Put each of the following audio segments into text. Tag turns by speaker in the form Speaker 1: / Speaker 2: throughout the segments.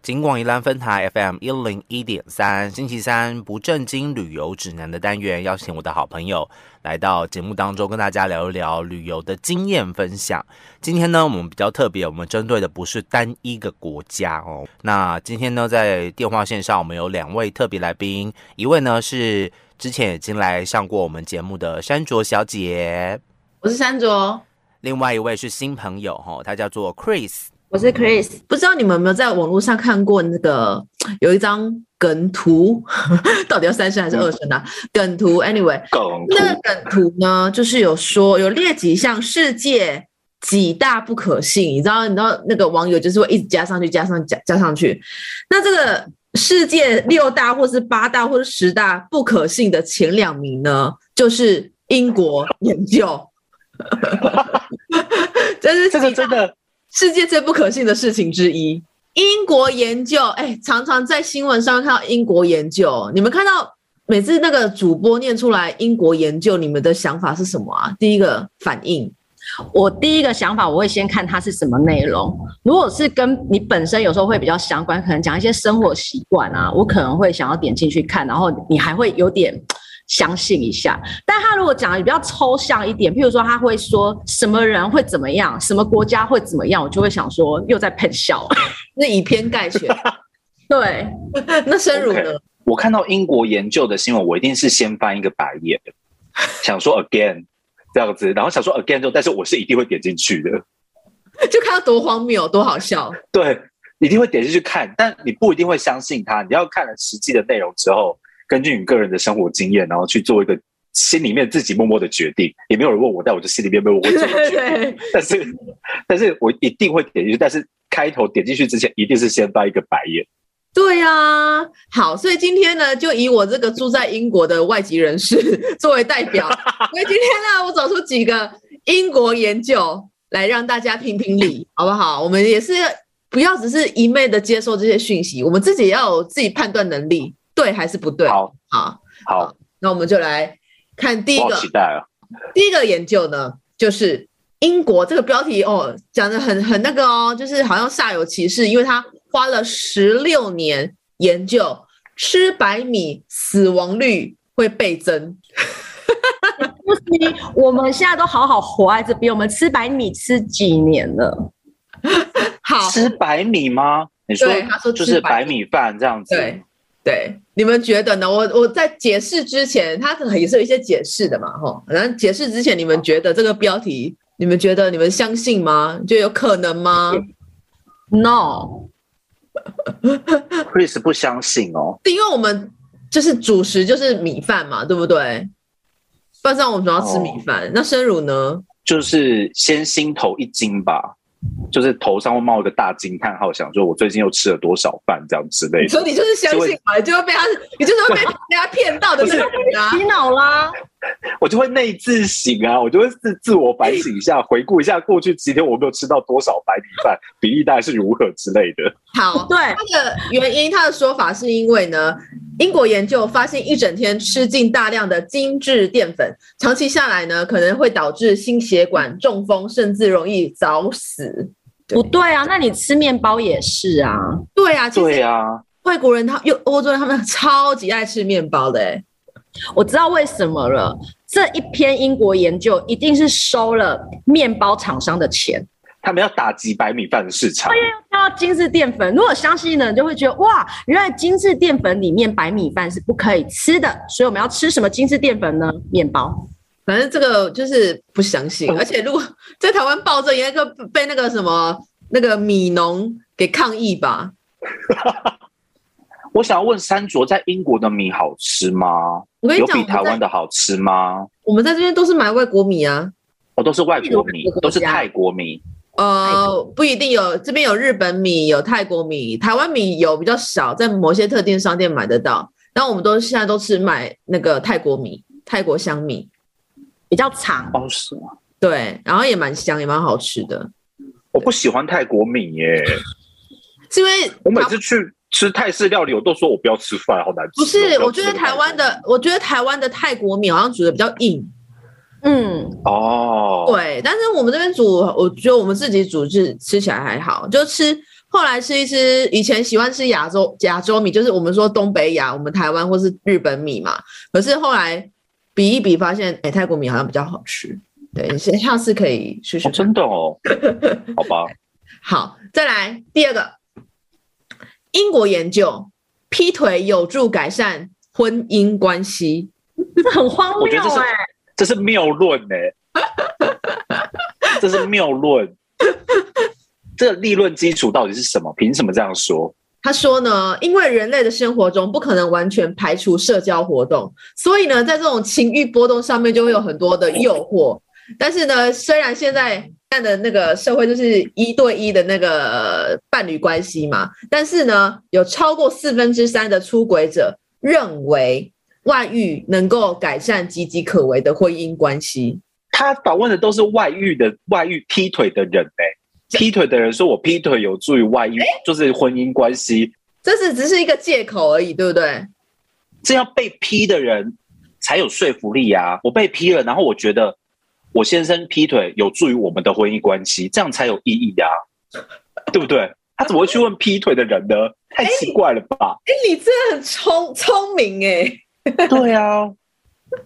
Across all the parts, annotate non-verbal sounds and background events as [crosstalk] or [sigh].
Speaker 1: 金广宜兰分台 FM 一零一点三，星期三不正经旅游指南的单元，邀请我的好朋友来到节目当中，跟大家聊一聊旅游的经验分享。今天呢，我们比较特别，我们针对的不是单一个国家哦。那今天呢，在电话线上，我们有两位特别来宾，一位呢是之前已经来上过我们节目的山卓小姐，
Speaker 2: 我是山卓，
Speaker 1: 另外一位是新朋友哈、哦，他叫做 Chris。
Speaker 3: 我是 Chris，
Speaker 2: 不知道你们有没有在网络上看过那个有一张梗图， [laughs] 到底要三声还是二声啊？梗图，anyway，
Speaker 4: 嗯梗
Speaker 2: 那个梗图呢，就是有说有列几项世界几大不可信，你知道，你知道那个网友就是会一直加上去，加上加加上去。那这个世界六大或是八大或是十大不可信的前两名呢，就是英国研究， [laughs] 这是
Speaker 4: 这个真的。
Speaker 2: 世界最不可信的事情之一，英国研究。哎、欸，常常在新闻上看到英国研究。你们看到每次那个主播念出来英国研究，你们的想法是什么啊？第一个反应，
Speaker 3: 我第一个想法我会先看它是什么内容。如果是跟你本身有时候会比较相关，可能讲一些生活习惯啊，我可能会想要点进去看，然后你还会有点。相信一下，但他如果讲的比较抽象一点，譬如说他会说什么人会怎么样，什么国家会怎么样，我就会想说又在喷笑， [laughs]
Speaker 2: 那以偏概全。
Speaker 3: 对，
Speaker 2: 那深入呢
Speaker 4: ？Okay, 我看到英国研究的新闻，我一定是先翻一个白眼，想说 again 这样子，然后想说 again 之后，但是我是一定会点进去的，
Speaker 2: 就看到多荒谬，多好笑。
Speaker 4: 对，一定会点进去看，但你不一定会相信他，你要看了实际的内容之后。根据你个人的生活经验，然后去做一个心里面自己默默的决定，也没有人问我，但我就心里面默默做决定。
Speaker 2: [laughs]
Speaker 4: 但是，但是我一定会点进去。但是开头点进去之前，一定是先翻一个白眼。
Speaker 2: 对呀、啊，好，所以今天呢，就以我这个住在英国的外籍人士 [laughs] 作为代
Speaker 4: [laughs]
Speaker 2: 表，所以今天呢，我找出几个英国研究来让大家评评理，好不好？我们也是不要只是一昧的接受这些讯息，我们自己要有自己判断能力。对还是不对？
Speaker 4: 好，
Speaker 2: 好，
Speaker 4: 好，
Speaker 2: 那我们就来看第一个。
Speaker 4: 期待啊！
Speaker 2: 第一个研究呢，就是英国这个标题哦，讲的很很那个哦，就是好像煞有其事，因为他花了十六年研究吃白米死亡率会倍增。
Speaker 3: 不行，我们现在都好好活在这边，我们吃白米吃几年了？
Speaker 2: 好，
Speaker 4: 吃白米吗？你说，
Speaker 2: 他说
Speaker 4: 就是白米饭这样子。
Speaker 2: 对。对，你们觉得呢？我我在解释之前，它可能也是有一些解释的嘛，吼。然后解释之前，你们觉得这个标题，你们觉得你们相信吗？就有可能吗
Speaker 3: ？No，Chris
Speaker 4: 不相信哦，
Speaker 2: 因为我们就是主食就是米饭嘛，对不对？不然我们总要吃米饭。Oh, 那生乳呢？
Speaker 4: 就是先心头一惊吧。就是头上会冒一个大惊叹号，想说我最近又吃了多少饭这样之类的。
Speaker 2: 所以你就是相信嘛，你就会被他，你就是会被被他骗到的那种人啊，
Speaker 3: 洗脑啦。
Speaker 4: 我就会内自省啊，我就会自自我反省一下，回顾一下过去几天我没有吃到多少白米饭，比例大概是如何之类的。
Speaker 2: 好，
Speaker 3: 对
Speaker 2: 他的原因，他的说法是因为呢，英国研究发现，一整天吃进大量的精致淀粉，长期下来呢，可能会导致心血管中风，甚至容易早死。
Speaker 3: 不对啊，那你吃面包也是啊。
Speaker 2: 对啊，其实
Speaker 4: 对啊，
Speaker 2: 外国人他又欧洲人他们超级爱吃面包的哎、欸。
Speaker 3: 我知道为什么了，这一篇英国研究一定是收了面包厂商的钱，
Speaker 4: 他们要打击白米饭的市场。
Speaker 3: 对呀，要精致淀粉。如果相信的人就会觉得哇，原来精致淀粉里面白米饭是不可以吃的，所以我们要吃什么精致淀粉呢？面包。
Speaker 2: 反正这个就是不相
Speaker 4: 哦
Speaker 2: 信，而且如果 [laughs] 在台湾暴政，也个被那个什么那个米农给抗议吧。
Speaker 4: 我想要问山卓，在英国的米好吃吗？
Speaker 2: 我跟你
Speaker 4: 讲，有比台湾的好吃吗？
Speaker 2: 我们在这边都是买外国米啊，
Speaker 4: 哦，都是外国米，都是泰国米。
Speaker 2: 呃，不一定有，这边有日本米，有泰国米，台湾米有比较少，在某些特定商店买得到。然后我们都现在都是买那个泰国米，泰国香米
Speaker 3: 比较长。
Speaker 4: 哦，是吗？
Speaker 2: 对，然后也蛮香，也蛮好吃的。
Speaker 4: 我不喜欢泰国米耶，
Speaker 2: 是因为
Speaker 4: 我每次去。吃泰式料理，我都说我不要吃饭，好难吃。
Speaker 2: 不是，我觉得台湾的，我觉得台湾的泰国米好像煮的比较硬。
Speaker 3: 嗯，
Speaker 4: 哦，
Speaker 2: 对，但是我们这边煮，我觉得我们自己煮是吃起来还好，就吃后来吃一吃，以前喜欢吃亚洲亚洲米，就是我们说东北亚，我们台湾或是日本米嘛。可是后来比一比，发现哎、泰国米好像比较好吃。对，你下次可以试试
Speaker 4: 哦，
Speaker 2: 看。
Speaker 4: 真
Speaker 2: [laughs]
Speaker 4: 的哦，好吧，
Speaker 2: 好，再来第二个，英国研究，劈腿有助改善婚姻关系。
Speaker 3: 这很荒
Speaker 4: 我觉
Speaker 3: 谬
Speaker 4: 得这是
Speaker 3: 哎、
Speaker 4: 这是
Speaker 2: 欸
Speaker 4: 谬论呢、
Speaker 2: [laughs]
Speaker 4: 这是谬论。这个立论基础到底是什么？凭什么这样说？
Speaker 2: 他说呢，因为人类的生活中不可能完全排除社交活动，所以呢，在这种情欲波动上面就会有很多的诱惑。但是呢，虽然现在现在的那个社会就是一对一的那个呃伴侣关系嘛，但是呢，有超过四分之三的出轨者认为外遇能够改善岌岌可危的婚姻关系。
Speaker 4: 他访问的都是外遇的外遇劈腿的人呢、劈腿的人说我劈腿有助于外遇，就是婚姻关系。
Speaker 2: 这是只是一个借口而已，对不对？
Speaker 4: 这要被劈的人才有说服力啊！我被劈了，然后我觉得我先生劈腿有助于我们的婚姻关系，这样才有意义啊，对不对？他怎么会去问劈腿的人呢？太奇怪了吧！
Speaker 2: 哎，你真的很聪聪明哎、
Speaker 4: 对啊，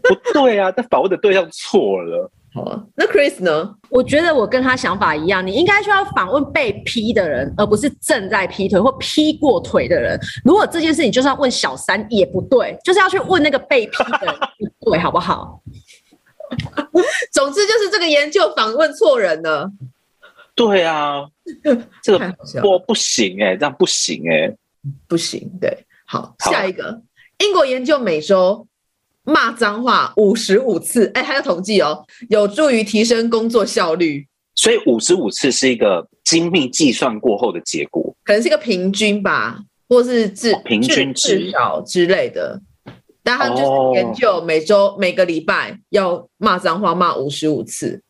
Speaker 4: 不对啊，但访问的对象错了。
Speaker 2: 好啊，那 Chris 呢？
Speaker 3: 我觉得我跟他想法一样，你应该需要访问被劈的人，而不是正在劈腿或劈过腿的人。如果这件事情就算问小三也不对，就是要去问那个被劈的
Speaker 4: [laughs]
Speaker 3: 人不对，好不好？
Speaker 2: 总之就是这个研究访问错人了，
Speaker 4: 对啊，这
Speaker 2: 太
Speaker 4: 个
Speaker 2: 好笑了
Speaker 4: 不不行哎、这样不行哎、
Speaker 2: 不行。对，好，
Speaker 4: 好
Speaker 2: 下一个，英国研究每周骂脏话五十五次，哎，还有统计哦，有助于提升工作效率，
Speaker 4: 所以五十五次是一个精密计算过后的结果。
Speaker 2: 可能是一个平均吧，或是至
Speaker 4: 哦平均值
Speaker 2: 至至少之类的。但他们就是
Speaker 4: 哦
Speaker 2: 研究每周、每个礼拜要骂脏话骂五十五次，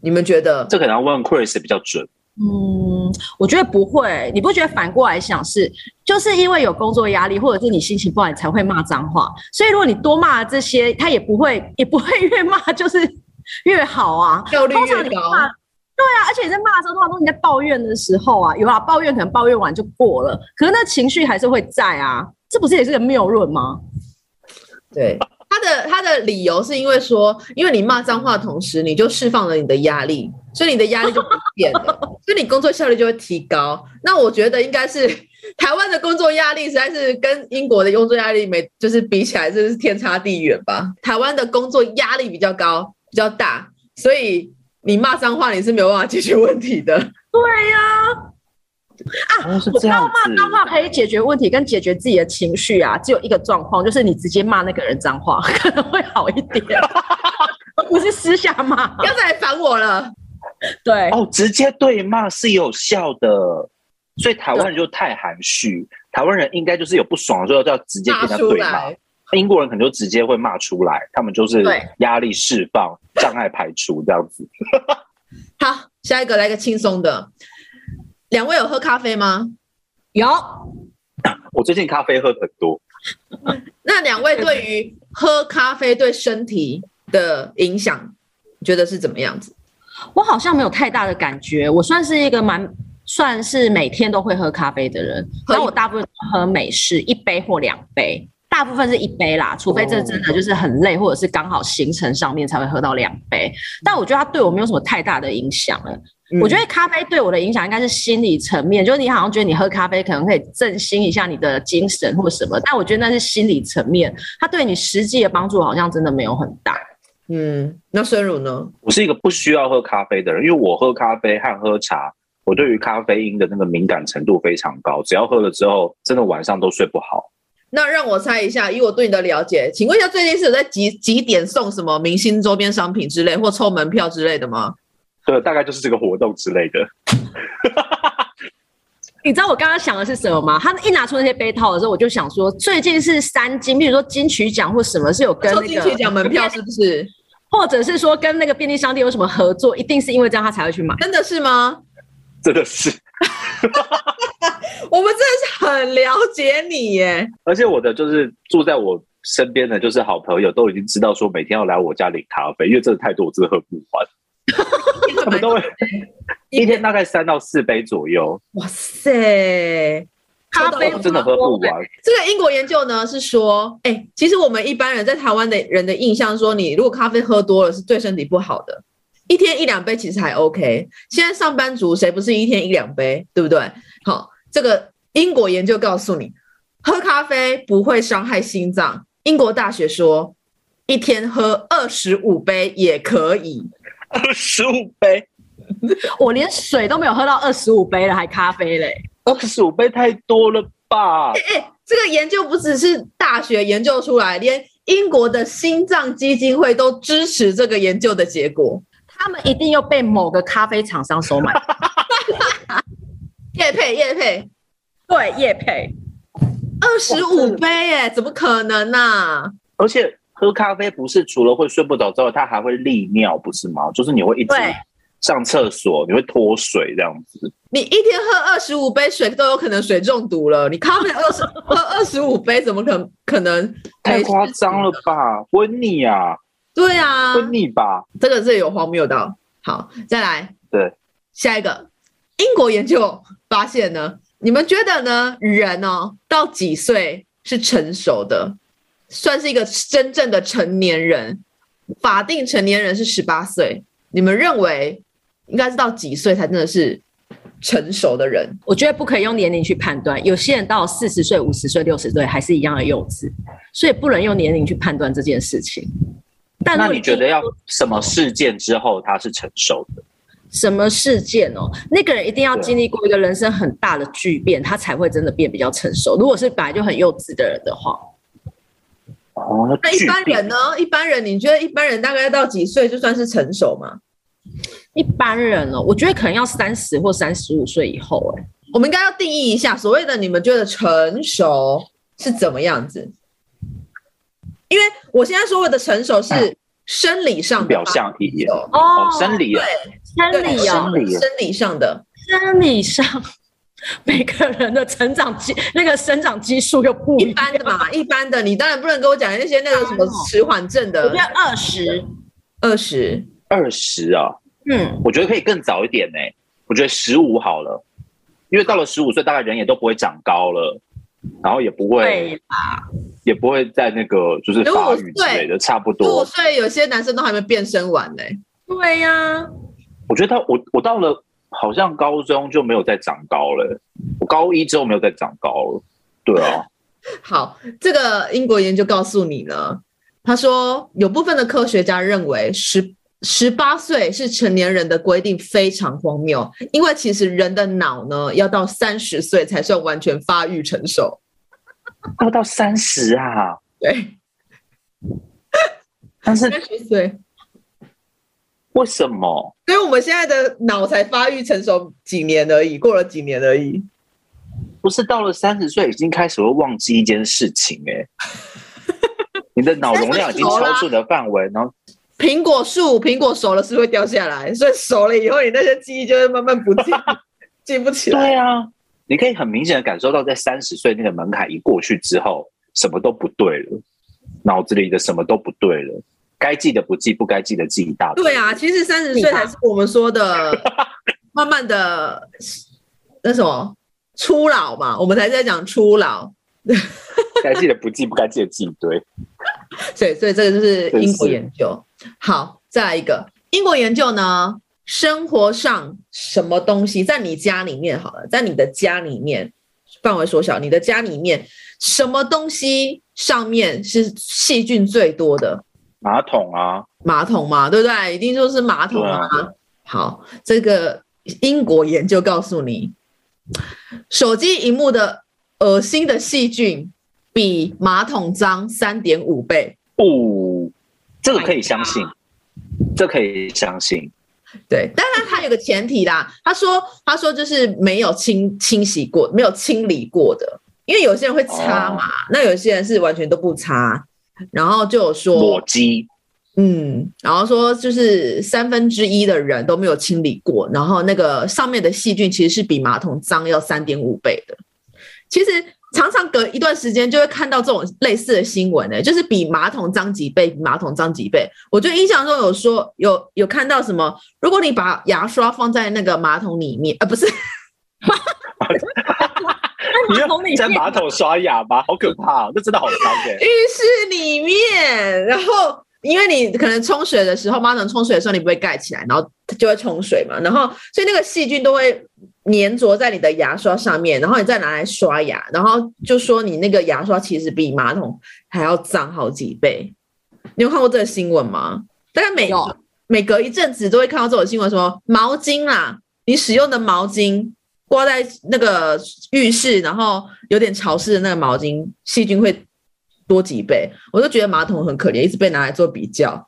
Speaker 2: 你们觉得
Speaker 4: 这可能要问 Chris 比较准。
Speaker 3: 嗯，我觉得不会。你不觉得反过来想是，就是因为有工作压力，或者是你心情不好，你才会骂脏话。所以如果你多骂这些，他也不会，也不会 [laughs] 越骂就是越好啊。
Speaker 2: 效率
Speaker 3: 通常
Speaker 2: 越
Speaker 3: 你
Speaker 2: 高？
Speaker 3: 骂，对啊，而且你在骂的时候，通常都是你在抱怨的时候啊，有啊，抱怨可能抱怨完就过了，可是那情绪还是会在啊，这不是也是个谬论吗？
Speaker 2: 对，他的他的理由是因为说，因为你骂脏话的同时，你就释放了你的压力，所以你的压力就不变了， [laughs] 所以你工作效率就会提高。那我觉得应该是 [laughs] 台湾的工作压力实在是跟英国的工作压力没就是比起来，真是天差地远吧。台湾的工作压力比较高，比较大，所以你骂脏话你是没有办法解决问题的。
Speaker 3: 对呀、
Speaker 4: 哦，是
Speaker 3: 我知
Speaker 4: [laughs] 这
Speaker 3: 道
Speaker 4: 样
Speaker 3: 骂
Speaker 4: 子。
Speaker 3: 脏话可以解决问题，跟解决自己的情绪啊，只有一个状况，就是你直接骂那个人脏话， [laughs] 可能会好一点， [laughs] 不是私下骂
Speaker 2: 不。要再来烦我了。
Speaker 3: 对，
Speaker 4: 哦，直接对骂是有效的，所以台湾人就太含蓄。台湾人应该就是有不爽的时候，就要直接
Speaker 2: 骂
Speaker 4: 跟他
Speaker 2: 出
Speaker 4: 对骂。
Speaker 2: 来，
Speaker 4: 英国人可能就直接会骂出来，他们就是
Speaker 3: 对
Speaker 4: 压力释放、障碍排除这样子。
Speaker 2: 好，下一个来个轻松的。两位有喝咖啡吗？
Speaker 3: 有
Speaker 4: 我最近咖啡喝很多，
Speaker 2: 那两位对于喝咖啡对身体的影响，你觉得是怎么样子？
Speaker 3: 我好像没有太大的感觉，我算是一个蛮算是每天都会喝咖啡的人，
Speaker 2: 喝一
Speaker 3: 然后我大部分都喝美式，一杯或两杯，大部分是一杯啦，除非这真的就是很累，或者是刚好行程上面才会喝到两杯。但我觉得它对我没有什么太大的影响了。我觉
Speaker 2: 得
Speaker 3: 得咖啡对我的影响应该是心理层面，就是你好像觉得你喝咖啡可能可以振兴一下你的精神或什么，但我觉得那是心理层面，它对你实际的帮助好像真的没有很大。
Speaker 2: 嗯，那生乳呢？
Speaker 4: 我是一个不需要喝咖啡的人，因为我喝咖啡和喝茶，我对于咖啡因的那个敏感程度非常高，只要喝了之后，真的晚上都睡不好。
Speaker 2: 那让我猜一下，以我对你的了解，请问一下，最近是有在几几点送什么明星周边商品之类，或抽门票之类的吗？
Speaker 4: 对，大概就是这个活动之类的。
Speaker 3: 你知道我刚刚想的是什么吗？他一拿出那些杯套的时候，我就想说，最近是三金，比如说金曲奖或什么是有跟
Speaker 2: 抽
Speaker 3: 那
Speaker 2: 进去
Speaker 3: 个，
Speaker 2: 奖门票是不是？
Speaker 3: [laughs] 或者是说跟那个便利商店有什么合作，一定是因为这样他才会去买。
Speaker 2: [laughs] 真的是吗？
Speaker 4: 真的是，
Speaker 2: 我们真的是很了解你耶。
Speaker 4: 而且我的就是住在我身边的就是好朋友都已经知道说每天要来我家领咖啡，因为真的太多，我真的喝不完。他们都会，一天大概三到四杯左右，
Speaker 2: 哇塞！
Speaker 3: 咖啡
Speaker 4: 真的喝不完。
Speaker 2: 这个英国研究呢是说，哎、其实我们一般人在台湾的人的印象说，你如果咖啡喝多了是对身体不好的，一天一两杯其实还 OK。现在上班族谁不是一天一两杯，对不对？好，这个英国研究告诉你，喝咖啡不会伤害心脏。英国大学说，一天喝二十五杯也可以。
Speaker 4: 二十五杯，
Speaker 3: 我连水都没有喝到二十五杯了，还咖啡嘞。
Speaker 4: 二十五杯太多了吧？
Speaker 2: 这个研究不只是大学研究出来，连英国的心脏基金会都支持这个研究的结果。
Speaker 3: 他们一定又被某个咖啡厂商收买，
Speaker 2: 叶佩，叶佩，
Speaker 3: [laughs] 对叶配。
Speaker 2: 二十五杯耶，怎么可能呢、啊？
Speaker 4: 而且喝咖啡不是除了会睡不着之外，它还会利尿，不是吗？就是你会一直
Speaker 3: 对
Speaker 4: 上厕所，你会脱水这样子。
Speaker 2: 你一天喝二十五杯水都有可能水中毒了，你咖啡二十 [laughs] 喝二十五杯，怎么可能可能？
Speaker 4: 太夸张了吧？会腻啊，
Speaker 2: 对啊，
Speaker 4: 会腻吧？
Speaker 2: 这个是有荒谬到。好，再来，
Speaker 4: 对，
Speaker 2: 下一个，英国研究发现呢，你们觉得呢？人哦，到几岁是成熟的，算是一个真正的成年人？法定成年人是十八岁，你们认为应该是到几岁才真的是成熟的人？
Speaker 3: 我觉得不可以用年龄去判断，有些人到四十岁、五十岁、六十岁还是一样的幼稚，所以不能用年龄去判断这件事情。但
Speaker 4: 那
Speaker 3: 如果
Speaker 4: 你觉得要什么事件之后它是成熟的？
Speaker 3: 什么事件哦？那个人一定要
Speaker 4: 对
Speaker 3: 经历过一个人生很大的巨变，他才会真的变比较成熟。如果是本来就很幼稚的人的话，
Speaker 4: 哦，
Speaker 2: 那一
Speaker 4: 巨
Speaker 2: 般
Speaker 4: 变
Speaker 2: 人呢？一般人，你觉得一般人大概到几岁就算是成熟吗？
Speaker 3: 一般人哦，我觉得可能要三十或三十五岁以后、哎，
Speaker 2: 我们应该要定义一下，所谓的你们觉得成熟是怎么样子？因为我现在说的成熟是生理上的
Speaker 4: 哎表象一眼
Speaker 2: 成熟
Speaker 4: 哦，生理啊，
Speaker 3: 生
Speaker 2: 对
Speaker 3: 理哦
Speaker 4: 生，理啊
Speaker 2: 生理上的。
Speaker 3: 生理上 [laughs] 每个人的成长激那个生长激素又不
Speaker 2: 一
Speaker 3: 一
Speaker 2: 般
Speaker 3: 样。
Speaker 2: 的
Speaker 4: [laughs]
Speaker 2: 嘛，一般的，你当然不能跟我讲那些那个什么迟缓症
Speaker 3: 我
Speaker 2: 的
Speaker 3: 觉得二十，
Speaker 2: 二十，
Speaker 4: 二十啊，
Speaker 3: 嗯，
Speaker 4: 我觉得可以更早一点呢、我觉得十五好了，因为到了十五岁，大概人也都不会长高了，然后也不会
Speaker 3: 对，
Speaker 4: 也不会在那个就是发育之类的，差不
Speaker 2: 十五
Speaker 4: 多。
Speaker 2: 岁哦有些男生都还没变身完呢、
Speaker 3: 对呀、
Speaker 4: 我觉得到我我到了好像高中就没有再长高了、我高一之后没有再长高了。对啊，
Speaker 2: 好，这个英国研究告诉你呢，他说有部分的科学家认为十十八岁是成年人的规定非常荒谬，因为其实人的脑呢要到三十岁才算完全发育成熟。
Speaker 4: 要到三十啊，
Speaker 2: 对，
Speaker 4: [laughs] 但是
Speaker 2: 三十岁，
Speaker 4: 为什么？
Speaker 2: 所以我们现在的脑才发育成熟几年而已，过了几年而已。
Speaker 4: 不是到了三十岁已经开始会忘记一件事情哎、你的脑容量已经超出你的范围，然后
Speaker 2: 苹果树，苹果熟了是会掉下来，所以熟了以后，你那些记忆就会慢慢不记， [laughs] 记不起来。
Speaker 4: 对啊，你可以很明显的感受到，在三十岁那个门槛一过去之后，什么都不对了，脑子里的什么都不对了，该记的不记，不该记的记一大堆。
Speaker 2: 对啊，，其实三十岁才是我们说的慢慢的那什么初老嘛，我们才在讲初老，
Speaker 4: 该记的不记，不该记的记一堆。
Speaker 2: 所以所以这个就是英国研究。好，再来一个英国研究呢，生活上什么东西在你家里面好了，在你的家里面范围缩小，你的家里面什么东西上面是细菌最多的？
Speaker 4: 马桶啊，
Speaker 2: 马桶嘛，对不对？一定就是马桶啊。好，这个英国研究告诉你，手机荧幕的恶心的细菌比马桶脏三点五倍。
Speaker 4: 不，这个可以相信，这可以相信。
Speaker 2: 对，但是它有个前提啦，他说他说就是没有清清洗过，没有清理过的，因为有些人会擦嘛，那有些人是完全都不擦，然后就有说
Speaker 4: 裸机，
Speaker 2: 嗯，然后说就是三分之一的人都没有清理过，然后那个上面的细菌其实是比马桶脏要三点五倍的。其实常常常隔一段时间就会看到这种类似的新闻呢、就是比马桶脏几倍，比马桶脏几倍。我就印象中有说有有看到什么，如果你把牙刷放在那个马桶里面，呃，不是，
Speaker 4: 你
Speaker 3: 马桶里
Speaker 4: 要在
Speaker 3: 面
Speaker 4: 马桶刷牙吗？好可怕、哦，那真的好脏哎、
Speaker 2: 浴室里面，然后因为你可能冲水的时候，马桶冲水的时候你不会盖起来，然后它就会冲水嘛，然后所以那个细菌都会粘着在你的牙刷上面，然后你再拿来刷牙，然后就说你那个牙刷其实比马桶还要脏好几倍。你有看过这个新闻吗？大概每
Speaker 3: 有
Speaker 2: 每隔一阵子都会看到这种新闻，说毛巾啦，你使用的毛巾挂在那个浴室，然后有点潮湿的那个毛巾，细菌会多几倍。我就觉得马桶很可怜，一直被拿来做比较。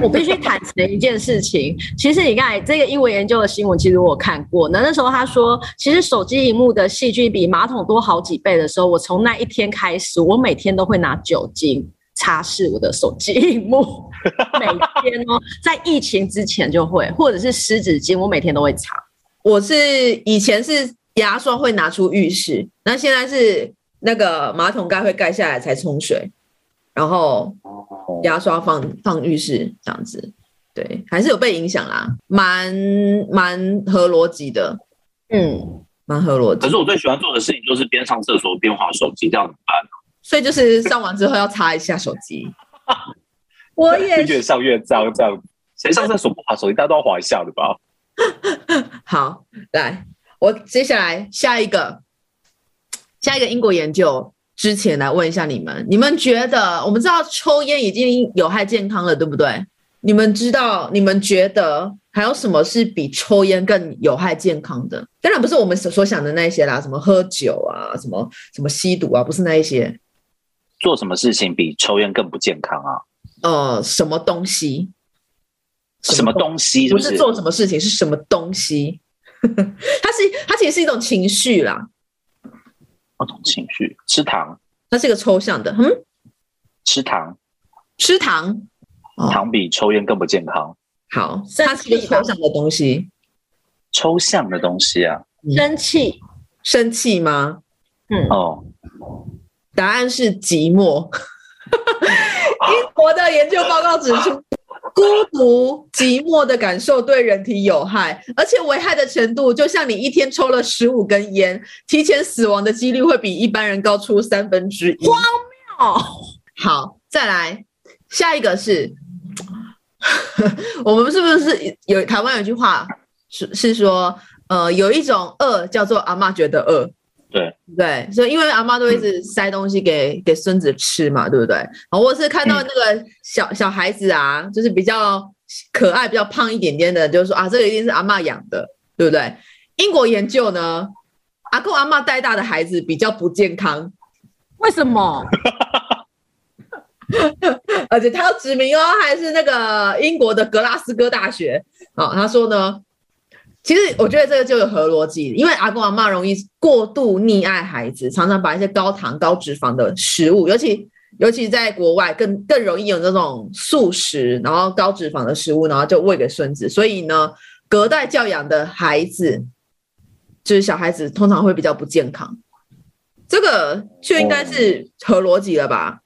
Speaker 3: 我必须坦诚一件事情，其实你看这个英文研究的新闻，其实我看过。那那时候他说，其实手机荧幕的细菌比马桶多好几倍的时候，我从那一天开始，我每天都会拿酒精擦拭我的手机荧幕，每天哦，在疫情之前就会，或者是湿纸巾，我每天都会擦。
Speaker 2: 我是以前是牙刷会拿出浴室，那现在是那个马桶盖会盖下来才冲水，然后牙刷放放浴室这样子。对，还是有被影响啦，蛮蛮合逻辑的，
Speaker 3: 嗯，
Speaker 2: 蛮合逻
Speaker 5: 可
Speaker 2: 辑。
Speaker 5: 是我最喜欢做的事情就是边上厕所边划手机，这样怎么办？
Speaker 2: 所以就是上完之后要擦一下手机。 [laughs] 我也
Speaker 4: 就越上越脏这样。谁上厕所不滑手机？大家都要滑一下的吧？
Speaker 2: 好，来，我接下来下一个，下一个英国研究之前来问一下你们，你们觉得我们知道抽烟已经有害健康了，对不对？你们知道，你们觉得还有什么是比抽烟更有害健康的？当然不是我们所所想的那些啦，什么喝酒啊，什么什么吸毒啊，不是那一些。
Speaker 4: 做什么事情比抽烟更不健康啊？
Speaker 2: 呃，什么东西？
Speaker 4: 什么东西是
Speaker 2: 不
Speaker 4: 不
Speaker 2: 是
Speaker 4: 是？
Speaker 2: 做什么事情，是什么东西？ [laughs] 它是它其实是一种情绪啦，
Speaker 4: 那种情绪，吃糖，
Speaker 2: 它是一个抽象的。嗯，
Speaker 4: 吃糖，
Speaker 2: 吃糖，哦
Speaker 4: 糖比抽烟更不健康。
Speaker 2: 好，
Speaker 3: 生
Speaker 2: 它是一个
Speaker 3: 气吧
Speaker 2: 抽象的东西。
Speaker 4: 抽象的东西啊，
Speaker 3: 生气，
Speaker 2: 生气吗？
Speaker 4: 哦，
Speaker 2: 答案是寂寞。 [laughs] 英国的研究报告指出，孤独、寂寞的感受对人体有害，而且危害的程度，就像你一天抽了十五根烟，提前死亡的几率会比一般人高出三分之一。
Speaker 3: 哦，
Speaker 2: 好，再来，下一个是， [laughs] 我们是不是有台湾有句话是是说，呃，有一种饿叫做阿嬷觉得饿，
Speaker 4: 对
Speaker 2: 对，所以因为阿嬷都一直塞东西给、给孙子吃嘛，对不对？然后或是看到那个小、小孩子啊，就是比较可爱、比较胖一点点的，就是说啊，这个一定是阿嬷养的，对不对？英国研究呢，阿公阿嬷带大的孩子比较不健康，
Speaker 3: 为什么？
Speaker 2: 而且他要指名哦，还是那个英国的格拉斯哥大学。好、他说呢，其实我觉得这个就有合逻辑，因为阿公阿嬷容易过度溺爱孩子，常常把一些高糖高脂肪的食物，尤其尤其在国外更更容易有那种素食，然后高脂肪的食物，然后就喂给孙子。所以呢，隔代教养的孩子，就是小孩子通常会比较不健康。这个就应该是合逻辑了吧？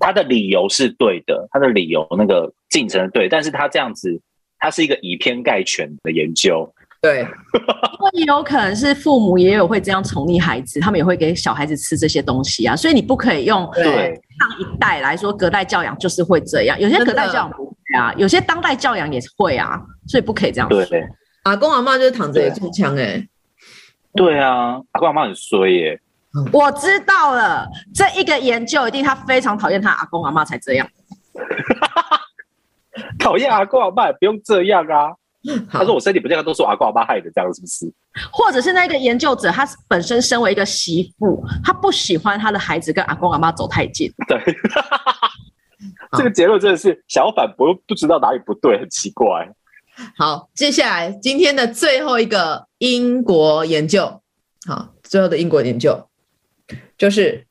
Speaker 4: 他的理由是对的，他的理由那个进程是对，但是他这样子，他是一个以偏概全的研究，
Speaker 2: 对，
Speaker 3: 会有可能是父母也有会这样宠溺孩子，他们也会给小孩子吃这些东西啊，所以你不可以用
Speaker 2: 对
Speaker 4: 对，
Speaker 3: 上一代来说，隔代教养就是会这样，有些隔代教养不会啊，有些当代教养也会啊，所以不可以这样说。
Speaker 4: 对，
Speaker 2: 阿公阿妈就是躺着
Speaker 4: 啊
Speaker 2: 也中枪哎、
Speaker 4: 对啊，阿公阿妈很衰耶，
Speaker 3: 我知道了，这一个研究一定他非常讨厌他阿公阿妈才这样。
Speaker 4: 讨厌阿公阿妈也不用这样啊。
Speaker 2: 好
Speaker 4: 他说我身体不健康，都是我阿公阿妈害的，这样是不是？
Speaker 3: 或者是那个研究者，他本身身为一个媳妇，他不喜欢他的孩子跟阿公阿妈走太近。
Speaker 4: 对，这个结论真的是想要反驳，又不知道哪里不对，很奇怪。
Speaker 2: 好，接下来今天的最后一个英国研究，好，最后的英国研究就是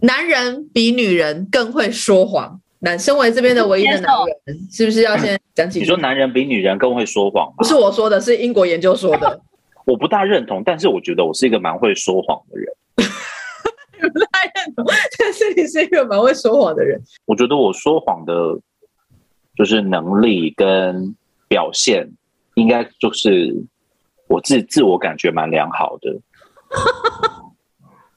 Speaker 2: 男人比女人更会说谎。男，身为这边的唯一的男
Speaker 4: [laughs]
Speaker 2: 人，是不是要先讲几
Speaker 4: 你
Speaker 2: 句
Speaker 4: 说？男人比女人更会说谎吗
Speaker 2: 不？
Speaker 4: [laughs]
Speaker 2: 是我说的，是英国研究说的。
Speaker 4: 我不大认同，但是我觉得我是一个蛮会说谎的人。
Speaker 2: 懂，但是你是一个蛮会说谎的人。
Speaker 4: 我觉得我说谎的，就是能力跟表现，应该就是我自自我感觉蛮良好 [laughs] 的，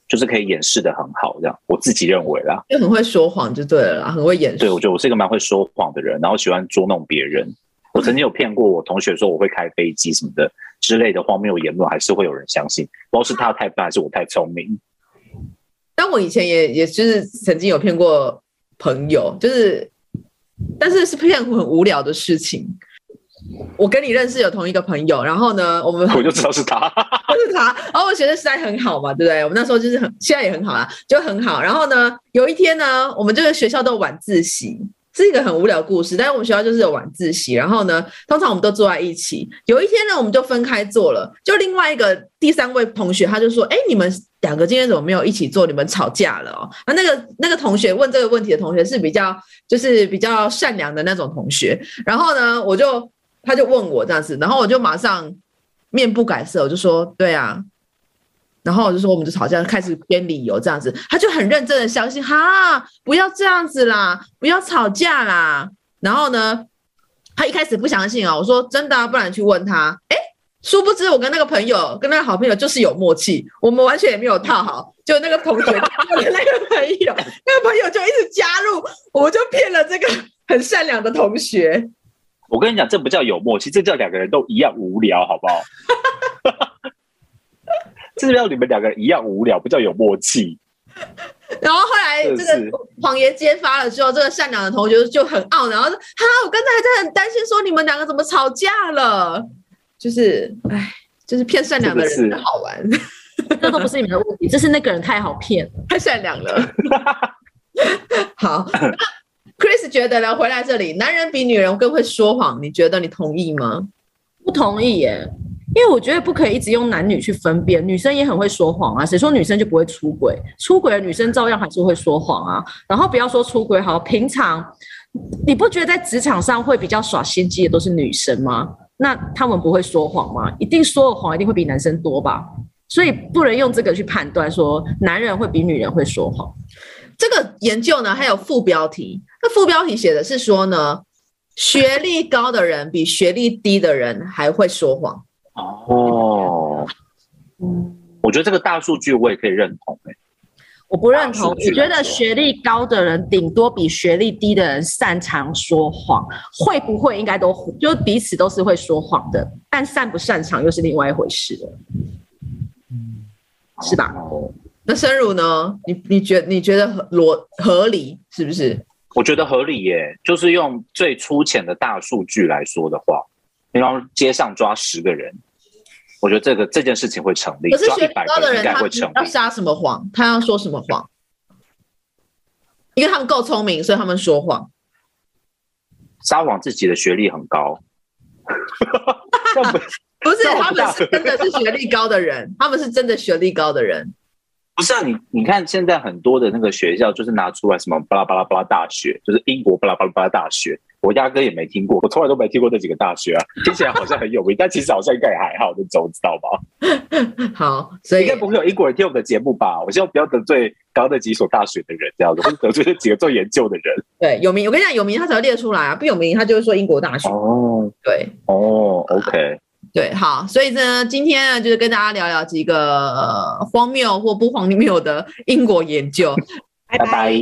Speaker 4: 就是可以掩饰的很好，这样我自己认为啦。
Speaker 2: 就很会说谎就对了啦，很会掩饰
Speaker 4: 对，。我觉得我是一个蛮会说谎的人，然后喜欢捉弄别人。我曾经有骗过我同学说我会开飞机什么的之类的荒谬言论，还是会有人相信。不知道是他太笨还是我太聪明。 [laughs]
Speaker 2: 但我以前也也就是曾经有骗过朋友，就是，但是是骗很无聊的事情。我跟你认识有同一个朋友，然后呢，我们
Speaker 6: 我就知道是
Speaker 4: [laughs]
Speaker 6: 他。
Speaker 2: 就是他，然后我觉得实在很好嘛，对不对？我们那时候就是很，现在也很好啦，就很好。然后呢，有一天呢，我们这个学校都有晚自习，是一个很无聊的故事，但是我们学校就是有晚自习。然后呢，通常我们都坐在一起。有一天呢，我们就分开坐了，就另外一个第三位同学他就说：“哎，你们两个今天怎么没有一起坐？你们吵架了哦？”那那个那个同学问这个问题的同学是比较就是比较善良的那种同学，然后呢，我就他就问我这样子，然后我就马上面不改色，我就说对啊，然后我就说我们就吵架，开始编理由这样子，他就很认真的相信哈，不要这样子啦，不要吵架啦。然后呢，他一开始不相信哦，我说真的、啊，不然你去问他。哎，殊不知我跟那个朋友，跟那个好朋友就是有默契，我们完全也没有套好，就那个同学，我的那个朋友，那个朋友就一直加入，我就骗了这个很善良的同学。
Speaker 6: 我跟你讲，这不叫有默契，这叫两个人都一样无聊，好
Speaker 4: [laughs]
Speaker 6: 不好？这叫你们两个人一样无聊，不叫有默契。
Speaker 2: 然后后来这
Speaker 6: 是
Speaker 2: 个谎言揭发了之后，这个善良的同学就很懊恼，然后说：“哈，我刚才还在很担心，说你们两个怎么吵架了？”就是，哎，就是骗善良的人
Speaker 6: 真
Speaker 2: 真
Speaker 6: 的
Speaker 2: 的
Speaker 6: 是
Speaker 2: 好玩， [laughs]
Speaker 3: 这都不是你们的问题，这是那个人太好骗了。
Speaker 2: 太善
Speaker 6: [laughs]
Speaker 2: 良了。好那，Chris 觉得呢，回来这里，男人比女人更会说谎，你觉得你同意吗？
Speaker 3: 不同意耶，因为我觉得不可以一直用男女去分辨，女生也很会说谎啊，谁说女生就不会出轨？出轨的女生照样还是会说谎啊。然后不要说出轨好，平常你不觉得在职场上会比较耍心机的都是女生吗？那她们不会说谎吗？一定说的谎一定会比男生多吧？所以不能用这个去判断说男人会比女人会说谎。
Speaker 2: 这个研究呢，还有副标题，那副标题写的是说呢，学历高的人比学历低的人还会说谎。
Speaker 4: 哦，我觉得这个大数据我也可以认同、欸。
Speaker 3: 我不认同，
Speaker 4: 大数据
Speaker 3: 我觉
Speaker 4: 来
Speaker 3: 得
Speaker 4: 说
Speaker 3: 学历高的人顶多比学历低的人擅长说谎，会不会应该都就彼此都是会说谎的，但擅不擅长又是另外一回事了，是吧？
Speaker 2: 那生乳呢？你你觉你觉得合逻合理是不是？
Speaker 4: 我觉得合理耶，就是用最粗浅的大数据来说的话，比方说街上抓十个人，我觉得这个这件事情会成立，
Speaker 2: 可是
Speaker 4: 抓
Speaker 2: 学
Speaker 4: 一
Speaker 2: 历
Speaker 4: 百
Speaker 2: 高
Speaker 4: 个
Speaker 2: 的
Speaker 4: 人
Speaker 2: 人
Speaker 4: 应该
Speaker 2: 他
Speaker 4: 会成
Speaker 2: 要
Speaker 4: 立。
Speaker 2: 撒什么谎？他要说什么谎？因为他们够聪明，所以他们说谎。
Speaker 4: 撒谎自己的学历很高，
Speaker 6: 这样不
Speaker 2: 不是，
Speaker 6: 那我不
Speaker 2: 他们是真的是学历高的人，他们是真的学历高的人。
Speaker 4: 不是啊？你你看现在很多的那个学校，就是拿出来什么巴拉巴拉巴拉大学，就是英国巴拉巴拉巴拉大学，我压根也没听过，我从来都没听过这几个大学啊，听起来好像很有名，但其实好像应该也还好那种，知道吧？
Speaker 2: 好，所
Speaker 6: 应
Speaker 2: 以
Speaker 6: 该不会有英国人听我们的节目吧？我希望不要得罪刚刚那几所大学的人，这样子，或者得罪那几个做研究的人。
Speaker 2: 对有名，我跟你讲，有名他才会列出来啊，不有名他就会说英国大学。
Speaker 4: 哦
Speaker 2: 对，
Speaker 4: 哦，OK，
Speaker 2: 对，好，所以呢，今天呢，就是跟大家聊聊几个、呃、荒谬或不荒谬的英国研究。
Speaker 4: 拜拜